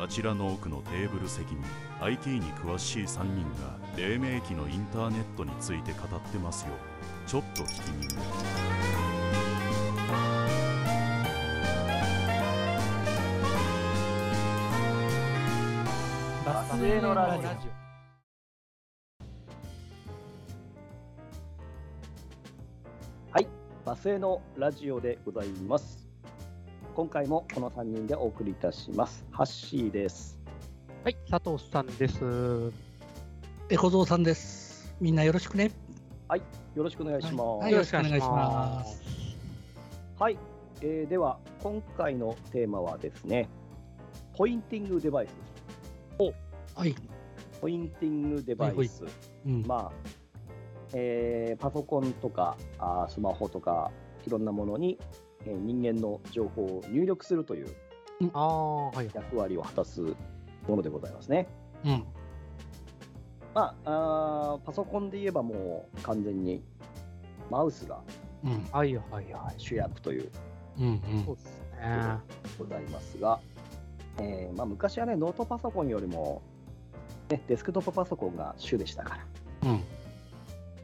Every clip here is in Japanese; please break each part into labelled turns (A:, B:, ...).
A: あちらの奥のテーブル席に IT に詳しい3人が黎明期のインターネットについて語ってますよちょっと聞きに
B: バスへのラジオ
C: はい、バスへのラジオでございます。今回もこの3人でお送りいたします。ハッシーです。
B: はい、佐藤さんです。よ
D: エコゾウさんです。みんなよろしくね。
C: よろしくお願いします。は、
D: はいいよろしくお願いします。
C: えーでは今回のテーマはですね、ポインティングデバイスで
D: はい。
C: す。ポインティングデバイス。
D: うん。
C: まあ、えーパソコンとかあースマホとかいろんなものに、えー人間の情報を入力するという
B: ああ、はい。
C: 役割を果たすものでございますね。
D: うん。
C: まあ、あーパソコンで言えばもう完全にマウスが
D: うん。
B: はい、はい、はい。
C: 主役という
D: うん。
B: そうですね。
C: ございますが、えーまあ、昔はねノートパソコンよりも、ね、デスクトップパソコンが主でしたから
D: うん。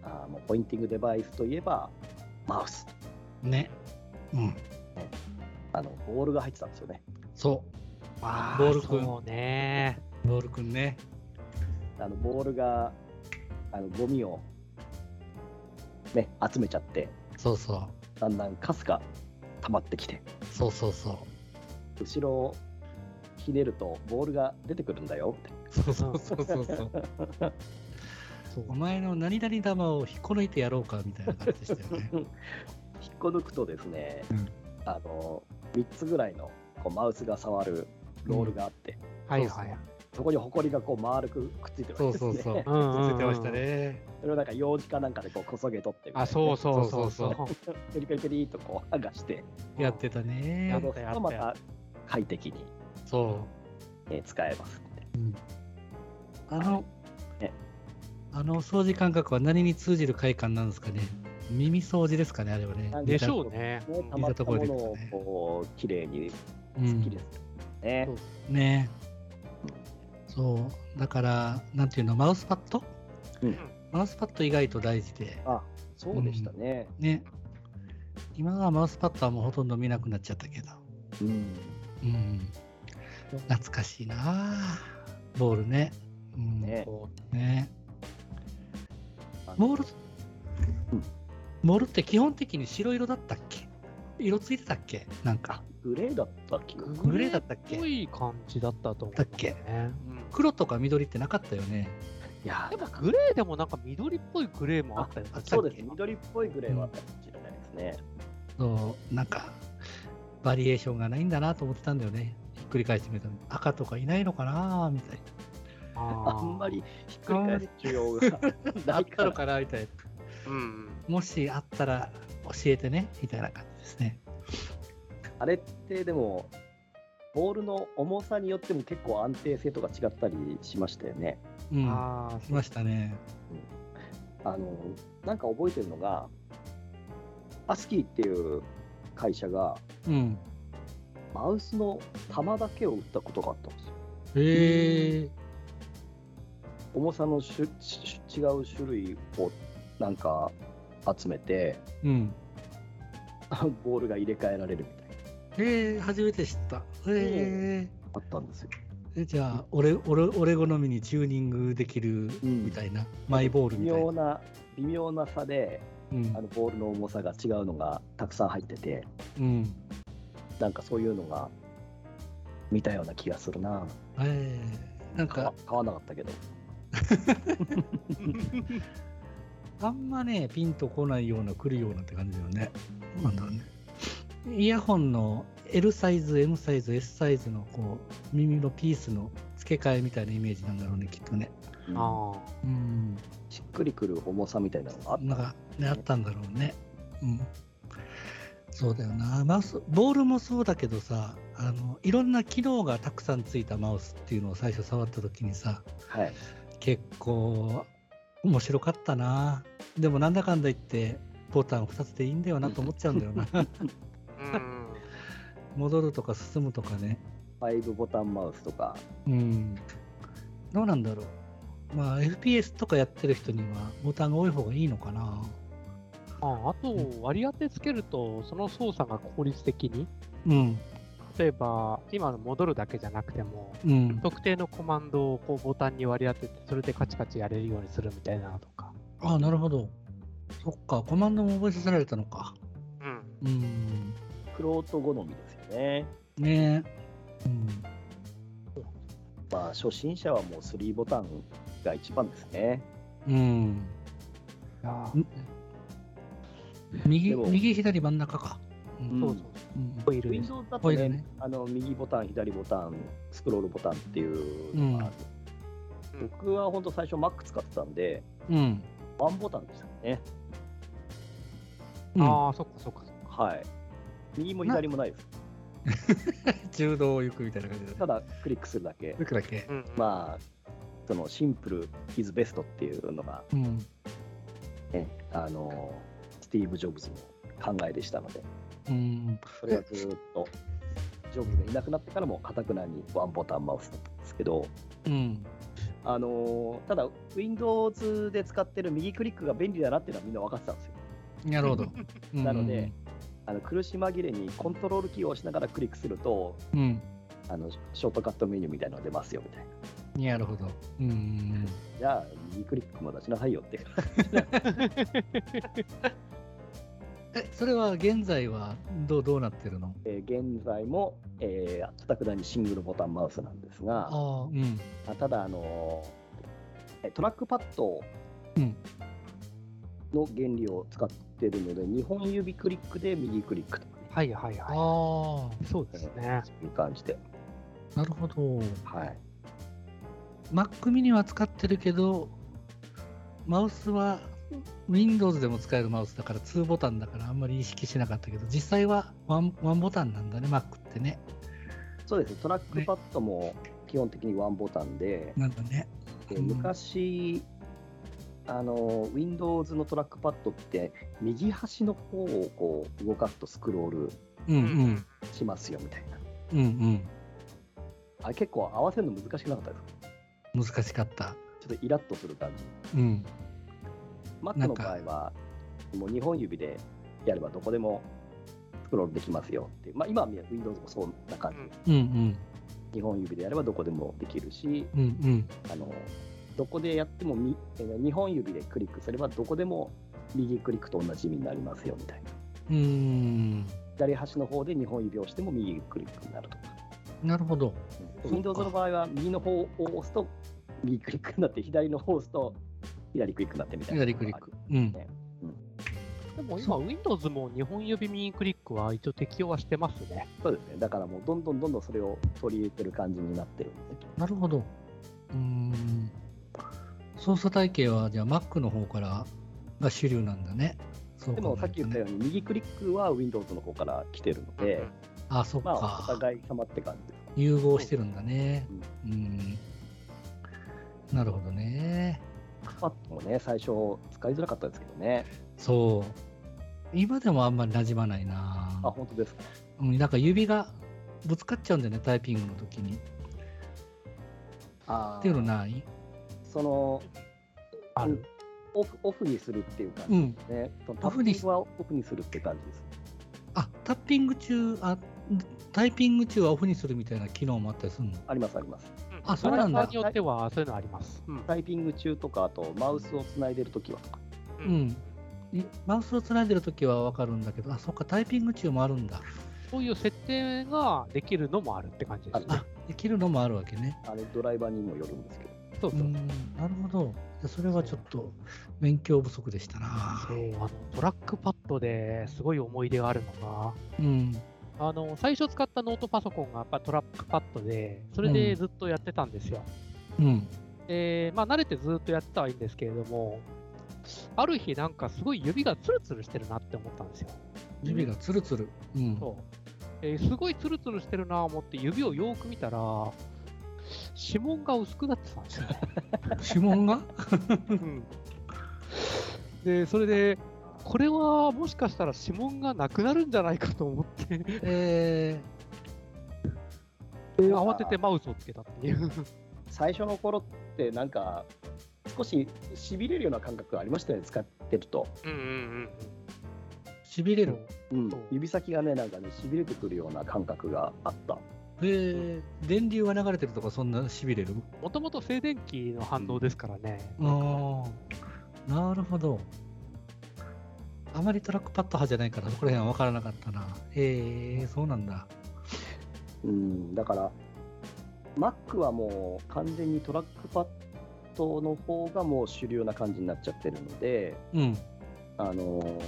C: あーもうポインティングデバイスといえばマウス
D: うん。ね。うん。
C: あのボールが入ってたんですよね
D: そ
B: まあ、
D: ボールくん
B: そうね。
D: う。ボールくんね。
C: あのボールがあのゴミを、ね、集めちゃって
D: そうそ
C: だんだんかすか溜まってきて
D: う。そうそうそう。
C: 後ろをひねるとボールが出てくるんだよって
D: そうそうそうそうそう。
B: そう
D: お前の何々玉を引っこ抜いてやろうかみたいな感じでしたよね。
C: 引っこ抜くとですね、
D: うん
C: あの3つぐらいのこうマウスが触るロールがあって、
B: はい、はい。
C: そこにホコリがこう丸くくっついてる
D: そ
C: わ
D: う
C: けです
D: そ
C: ね
D: うそう。
C: そ
B: うん
D: ついてましたね。
C: れをなんか用事かなんかでこうこそげ取ってみたいなね、
B: あ、そうそうそう
D: そ
B: そうう。
C: ペリペリペリっとこう剥がして
D: やってた
B: や
D: ね
B: っ。たやった
C: そうするとまた快適に、
D: そ
C: えー使えますんで
D: う。あの
C: ね。
D: あの掃除感覚は何に通じる快感なんですかね。耳掃除ですかねあれはね。
B: でしょうね。
C: ね
B: ん
C: たまったもの
D: いいと
C: を
D: ころですね
C: こう綺麗に
D: う
C: 好
D: ん
C: きですね、
D: ねそうだからなんていうのマウスパッド、
C: うん
D: マウスパッド意外と大事で
C: あそうでしたね
D: ね今はマウスパッドはもうほとんど見なくなっちゃったけど
C: うん
D: うん懐かしいなあボールね,、うん、
C: ね
B: こ
D: ね
C: あの
D: ボール、
C: うん
D: ボールって基本的に白色だったっけ色ついてたっけなんか
C: グレーだったっけ
B: う
D: グレーだったっ
B: グレーっ
D: け
B: ぽい感じだったと思う、ね。
D: だっけ
B: うん
D: 黒とか緑ってなかったよね
C: いや
B: でもグレーでもなんか緑っぽいグレーもあったよね
D: あ
C: そうです
B: さっき
C: 緑っぽいグレーはあったかもしれないですね、
D: そうなんかバリエーションがないんだなと思ってたんだよねひっくり返してみると赤とかいないのかなみたい
B: あ
C: あんま
B: り。
C: りひっくり返す需要 が
D: な
C: ないから
D: かなみたいな
B: うん。
D: もしあったら教えてねみたいな感じですね
C: あれってでもボールの重さによっても結構安定性とか違ったりしましたよね
D: うんあ
B: ああ、
D: りましたね
C: あのなんか覚えてるのがアスキーっていう会社が
D: うん
C: マウスの球だけを打ったことがあったんですよ
D: へえ
C: 重さの種種違う種類をなんか集めて
D: うん
C: ボールが入れ替えられるみたいな
D: へえ初めて知ったへ
C: あったんですよ
D: えじゃあ俺俺俺好みにチューニングできる
C: うん
D: みたいな、マイボールみ
C: 微
D: たい
C: 妙
D: な、
C: な微妙な差で
D: うん
C: あのボールの重さが違うのがたくさん入ってて
D: うん、
C: なんかそういうのが見たような気がするな
D: ええなん
C: 買
D: か
C: わ買わなかったけど
D: あんまね、ピンとこないような、来るようなって感じだよね。なんだろうね。イヤホンの L サイズ、M サイズ、S サイズのこう耳のピースの付け替えみたいなイメージなんだろうね、きっとね。
C: うん
B: ああ。
D: うん。
C: しっくりくる重さみたいなのがあっ
D: なんか、ね、あったんだろうね。うん。そうだよな。マウス、ボールもそうだけどさ、あの、いろんな機能がたくさんついたマウスっていうのを最初触った時にさ、
C: た、はい、
D: 結構面白かったなでもなんだかんだ言ってボタン2つでいい ん だよなと思っちゃうんだよな
B: うん。
D: 戻るとか進むとかね
C: は5ボタンマウスとか、
D: うん。どうなんだろう。まあ、FPS とかやってる人にはボタンが多い方がいいのかな。
B: ああと、割り当てつけると、その操作が効率的に、
D: うん。
B: 例えば、今の戻るだけじゃなくても、
D: うん。
B: 特定のコマンドをこうボタンに割り当てて、それでカチカチやれるようにするみたいなのとか。
D: ああ、なるほど。そっか、コマンドも覚えさせられたのか。
B: うん。
D: うん。
C: クロート好みですよね。
D: ねえ。うん。
C: まあ、初心者はもう3ボタンが一番ですね。
D: うん。
B: あ
D: ー右、
C: でも
D: 右、左、真ん中か。うん
B: そうそう。
D: うん
B: ホイールです。
C: Windows だ
D: ホ
C: と
D: イール
C: ね
D: ね。
C: あの右ボタン、左ボタン、スクロールボタンっていうのがある、
B: うん
C: 僕は本当最初 Mac 使ってたんで、
D: うん。
C: ワンボタンでしたね。
D: うん
B: ああ、そっかそっかそっか。
C: はい。右も左もないです。
D: 柔道を行くみたいな感じだね。
C: ただ、クリックするだけ。
D: 行くだけ。
B: うん、あ。
C: まあ、そのシンプル is best っていうのが、
D: うん。
C: ね、あの、スティーブ・ジョブズの考えでしたので、
D: うん。
C: それはずっと、ジョブズがいなくなってからも、かたくなにワンボタンマウスだったんですけど、
D: うん。
C: あのただ、Windows で使ってる右クリックが便利だなっていうのはみんな分かってたんですよ。
D: なるほど。
C: なのであの苦し紛れにコントロールキーを押しながらクリックすると、
D: うん。
C: あのショートカットメニューみたいなのが出ますよみたいな。
D: うん。なるほど。うん。
C: じゃあ、右クリックも出しなさいよって。
D: え、それは現在はどうどうなってるの
C: えー現在も、えー、たたくだにシングルボタンマウスなんです
D: あ
C: が、
D: あ、うん。
C: あただ、あのーえトラックパッド
D: うん
C: の原理を使ってるので、2本指クリックで右クリックとかね
B: はいはい
D: ああ
B: は、
D: そう
B: い。ですね。
C: いう感じで、
D: なるほど。
C: はい、
D: Mac mini は使ってるけど、マウスは Windows でも使えるマウスだから2ボタンだからあんまり意識しなかったけど、実際はワンワンボタンなんだね、Mac ってね。
C: そうですね、トラックパッドも基本的にワンボタンで、
D: なんだね。
C: で
D: うん
C: 昔、あのー Windows のトラックパッドって、右端の方をこう動かすとスクロール
D: うんうん。
C: しますよみたいな。
D: うん
C: あれ結構合わせるの難しくなかったですか
D: うん。難しかった。
C: ちょっとイラッとする感じ。
D: うん。
C: Mac
D: なん
C: の
D: か
C: 場合は、もう2本指でやればどこでもスクロールできますよっていう、まあ、今は Windows もそんな感じ、
D: うんうん。
C: 2本指でやればどこでもできるし、
D: うんうん。
C: あのどこでやってもみえー2本指でクリックすればどこでも右クリックと同じ意味になりますよみたいな。
D: うーん。
C: 左端の方で2本指を押しても右クリックになるとか。
D: なるほど。
C: うん Windows の場合は右の方を押すと右クリックになって、左の方を押すと左クリックになってみたいな。
D: 左クリック。うん。
B: でも
D: そ
B: 今、Windows も日本指右クリックは一応適用はしてますね。
C: そうですね。だからもうどんどんどんどんそれを取り入れてる感じになってるんで。
D: なるほど。うーん。操作体系は、じゃあ Mac の方からが主流なんだね。そう
C: で
D: 考
C: もさ
D: え
C: っ
D: る
C: き
D: と
C: 言っ
D: ね。
C: たように、右クリックは Windows の方から来てるので、
D: あ、そっ
C: まあ、お
D: か。
C: 互い様って感じですかね。
D: 融合してるんだね。うん。なるほどね。
C: パッドもね、最初使いづらかったですけどね。
D: そう。今でもあんまり馴染まない
C: あ、
D: な。
C: 本当ですか。
D: うんなんか指がぶつかっちゃうんだよね、タイピングの時に。
C: あー
D: っていうのない
C: その、
B: ある。
C: オフオフにするっていう感
D: う
C: じ
D: ん。
C: ですね。そのタ
D: オ
C: ッ
D: フ
C: ピ
D: に
C: ングはオフにするって感じです。
D: あ、タッピング中、あ、タイピング中はオフにするみたいな機能もあったりするの
C: あります、あります。
D: あそうなん
B: マ
D: だ
B: ラサーによってはそういうのあります。うん。
C: タイピング中とか、あとマウスをつないでるときはとか。
D: う。ん。いマウスをつないでるときはわかるんだけど、あ、そっか、タイピング中もあるんだ。
B: そういう設定ができるのもあるって感じですね。
D: できるのもあるわけね。
C: あれ、ドライバーにもよるんですけど。
B: そう
D: う
B: そう。
D: ん、なるほど。じゃあそれはちょっと勉強不足でしたな
B: そ。うあのトラックパッドですごい思い出があるのが、
D: うん。
B: あの最初使ったノートパソコンがやっぱトラックパッドで、それでずっとやってたんですよ。
D: うん。
B: で、まあ、慣れてずっとやってたはいいんですけれども、ある日、なんかすごい指がツルツルしてるなって思ったんですよ。
D: 指がツルツル。うん。
B: そうえーすごいツルツルしてるなと思って、指をよく見たら、指紋が薄くなってたんです よね。
D: 指紋が
B: で、それで、これはもしかしたら指紋がなくなるんじゃないかと思って、
D: え
B: で慌ててマウスをつけたっていう。
C: 最初の頃ってなんか少ししびれるような感覚がありましたよね使ってると、
B: うんうん
D: しびれる。
C: うん
B: そう
C: 指先がねなんかねしびれてくるような感覚があった
D: で、電流が流れてるとか、そんなしびれる
B: うん。もともと静電気の反応ですからね。
D: ああ、なるほど。あまりトラックパッド派じゃないから、そこら辺は分からなかったな。えー、そうなんだ。
C: うんだから Mac はもう完全にトラックパッドの方がもう主流な感じになっちゃってるので
D: うん。
C: あのー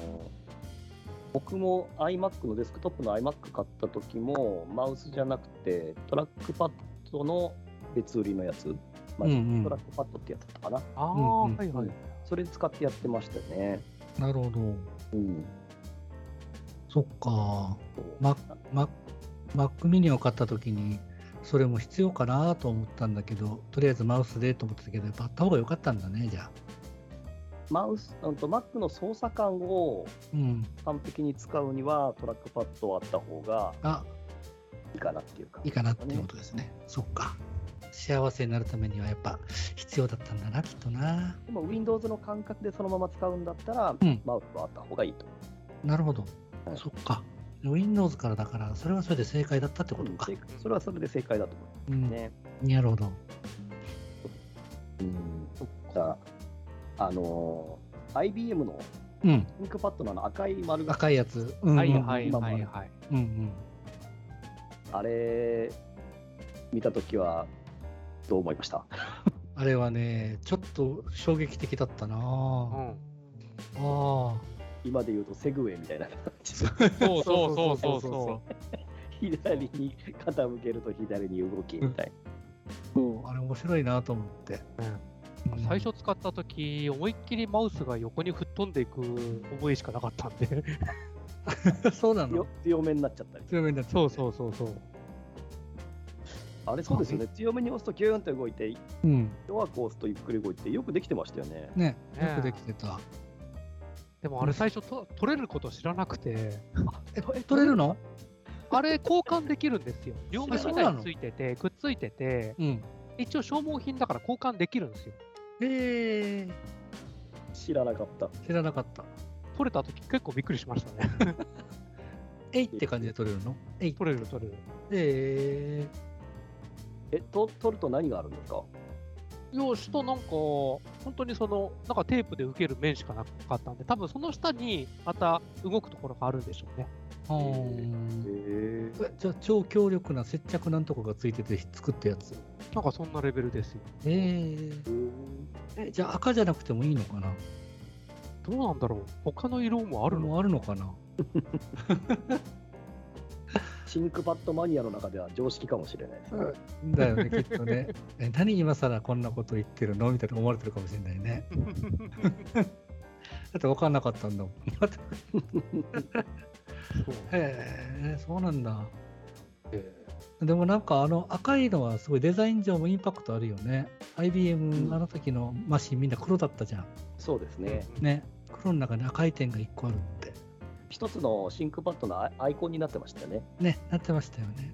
C: 僕も iMac のデスクトップの iMac 買った時もマウスじゃなくてトラックパッドの別売りのやつマジ
D: うんうん
C: ックトラックパッドってやつだったかな、
B: ああ、
D: うんうん
B: はいはい。
C: それ使ってやってましたね。
D: なるほど。
C: うん、
D: そっか。マママックミニを買った時に、それも必要かなと思ったんだけど、とりあえずマウスでと思ってたけど、やっぱあった方が良かったんだね、じゃあ。
C: マウス、うんと Mac の操作感を
D: うん。
C: 完璧に使うにはトラックパッドあった方が
D: あ、
C: いいかなっていうか
D: いい。かなっていうことですね。そっか。幸せになるためにはやっぱ必要だったんだな、きっとな。
C: でも Windows の感覚でそのまま使うんだったら、
D: うん
C: マウスはあった方がいいと。
D: なるほど
C: は。い
D: そっか。Windows からだから、それはそれで正解だったってことか
C: 正。解それはそれで正解だと思
D: うん
C: う。ね。
D: なるほど。
C: うん。じゃあ、あのー IBM の
D: うん。
C: インクパッドのあの赤い丸が、
D: 赤いやつ。うんうん
B: はいはい
C: まあ
B: はいはい。
D: うんうん。
C: あれ、見たときは、どう思いました
D: あれはね、ちょっと衝撃的だったな
B: う
D: あ
B: ん。
D: あ
C: 今で言うとセグウェイみたいな 感じ。
B: そうそうそうそうそ
C: 左に傾けると左に動きみたい
D: そうあれ面白いなと思って。
B: う。うん
D: うん
B: 最初使った時思いっきりマウスが横に吹っ飛んでいく覚えしかなかったんで
D: そうな
C: な、よ
D: の
C: 強めになっちゃったり
D: 強めになっちゃ
B: そうそうそうそう
C: あれそうですよね強めに押すとギューンって動いて
D: う。うん。
C: 弱く押すとゆっくり動いてよくできてましたよね
D: ね、
B: ねえ
D: よくできてた。
B: でもあれ最初と取れること知らなくて
D: え、取れるの
B: あれ交換できるんですよ両面み
D: そう
B: た
D: ないの
B: についててくっついてて
D: うん。
B: 一応消耗品だから交換できるんですよ
D: えー、
C: 知らなかった
D: 知らなかった。
B: 取れた時結構びっくりしましたね
D: えいって感じで取れるのえい。
B: 取れる取れる
D: え
C: えと取ると何があるんですか
B: よしとなんか本当にそのなんかテープで受ける面しかなかったんで多分その下にまた動くところがあるんでしょうね
D: ー。はー
C: え
D: えじゃあ超強力な接着なんとかがついてて作ったやつ
B: なんかそんなレベルですよ
D: えー、えじゃあ赤じゃなくてもいいのかな
B: どうなんだろう他の色もあ
D: あ
B: るの
D: あるのかな
C: シンクパッドマニアの中では常識かもしれないですね、
D: だよねき っとねえ何今更こんなこと言ってるのみたいな思われてるかもしれない ねだって分かんなかったんだもん
B: そう
D: へえそうなんだでもなんかあの赤いのはすごいデザイン上もインパクトあるよね IBM、
C: うん
D: あの時のマシンみんな黒だったじゃん
C: そうですね
D: ね黒の中に赤い点が1個あるって
C: 一つのシンクパッドのアイアイコンになってましたよね、
D: ねなってましたよね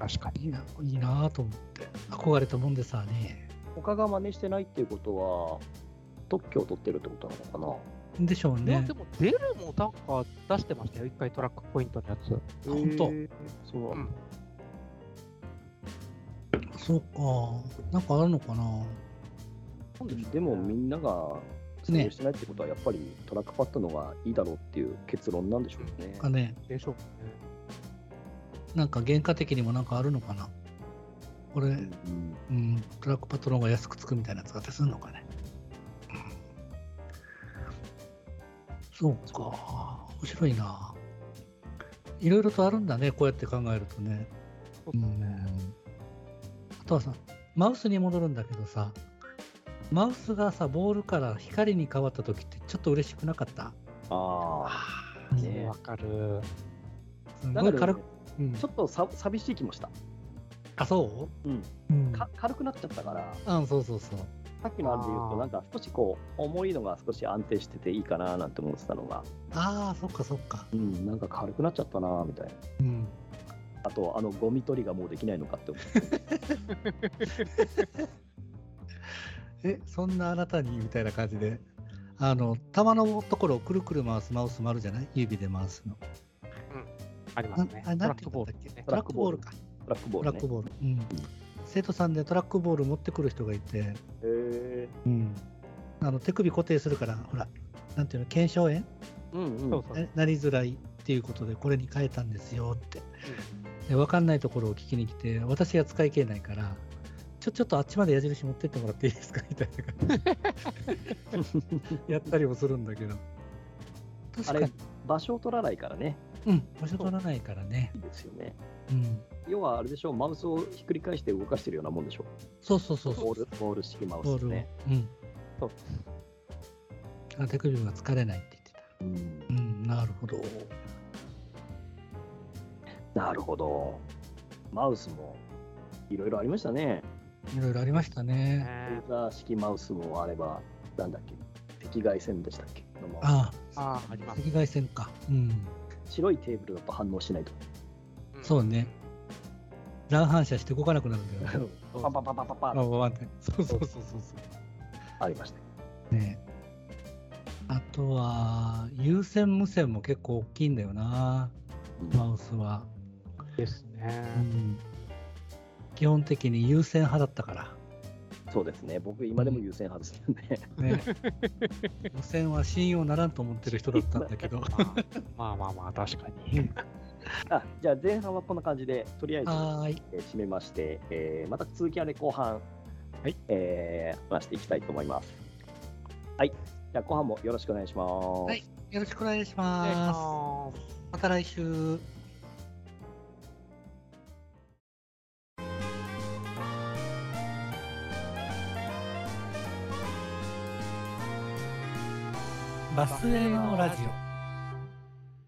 B: 確か
D: いいないいなぁと思って憧れたもんでさね
C: 他が真似してないっていうことは特許を取ってるってことなの
D: でしょう
B: に。いや
D: ね
B: でも出るもなんか出してましたよ、一回トラックポイントのやつ。
C: かな
D: ほんと
C: へーそうなんだ
D: そうかなんかあるのかな
C: でもみんなが採用してないってことはやっぱりトラックパッドの方がいいだろうっていう結論なんでしょうね。
D: かね
B: でしょうね。
D: なんか原価的にもなんかあるのかなこれ、
C: う
D: うんん、トラックパトロンが安くつくみたいなやつがあってするのかね、うんそうか面白いないろいろとあるんだねこうやって考えるとね
B: そう
D: う
B: です
D: ん
B: ね。
D: あとはさマウスに戻るんだけどさマウスがさボールから光に変わった時ってちょっと嬉しくなかった
C: あ
B: あ
D: う
B: あ、
D: ん
B: それわかる。
D: すご
C: あ。だか
D: い
C: ら
D: 軽
C: ね
D: く、うん
C: ちょっとさ寂しい気もした。
D: あそ
C: うん
D: う、うん、
C: か軽くなっちゃったから、
D: あそうそうそう
C: さっきの案で言う
B: あ
C: と
B: ー
C: なんか少しこう重いのが少し安定してていいかななんて思ってたのが、
D: ああそっかそっか
C: うん、なんか軽くなっちゃったなみたいな。
D: うん
C: あとあのゴミ取りがもうできないのかって 思う
D: えそんなあなたにみたいな感じであの玉のところをくるくる回すマウスもあるじゃない指で回すの
B: あります
D: な
B: ね。
D: あれ
B: ト
D: な
B: ラ
D: ん
B: ッ
D: て
B: ク
D: 言
B: ボー
D: うん
B: ル
D: だっけ
B: ね
D: トラックボールか
C: トラックボ
D: ト
C: ール、
D: ラ
C: ね、
D: ックボール、うん生徒さんでトラックボール持ってくる人がいて、
C: へえ
D: うん、あの手首固定するからほらなんていうの腱鞘炎
C: うんうん
B: そうそう
D: えなりづらいっていうことでこれに変えたんですよって、で分かんないところを聞きに来て私が使い切れないからちょちょっとあっちまで矢印持ってってもらっていいですかみたいな感じやったりもするんだけど
C: あ
D: 確か
C: れ
D: に
C: 場所を取らないからね
D: うん場所取らないからね
C: いいですよね
D: うん
C: 要はあれでしょマウスをひっくり返して動かしてるようなもんでしょ
D: そうそうそうそ
C: ボ
D: う
C: ールボール式マウ
D: ボー
C: ス
D: ルを、
C: ね
D: うん
B: そう
D: あ手首が疲れないって言ってた
C: うん
D: うんなるほど
C: なるほどマウスもいろいろありましたね
D: いろいろありましたね
C: レ
B: ね
C: ーザー式マウスもあればなんだっけ赤外線でしたっけのマウス
D: あ
B: ああ、あり
D: あ
B: ます
D: 赤。外線かうん
C: 白いテーブルだと反応しないと
B: ん
D: そうね。乱反射して動かなくなるんだよね。
C: パンパンパンパンパンパン
D: あわかんないそうそうそうそうそ
C: ありました
D: う。ねえあとは、有線無線も結構大きいんだよな、
C: うん
D: マウスは。
B: ですね。
D: うん、基本的に有線派だったから。
C: そうですね僕今でも優先外すんで
D: ね え無線は信用ならんと思ってる人だったんだけ ど。
B: まあまあまあまあ、確かに。
C: あじゃあ前半はこんな感じでとりあえず
D: はーい。
C: えー締めまして、えーまた続きはね後半、
B: はい
C: えー話していきたいと思います。はい、じゃあ後半もよろしくお願いします。
D: はいよろしくお願いし
B: お願いし
D: ます。
B: ます。
D: また来週。バスへのラジオ。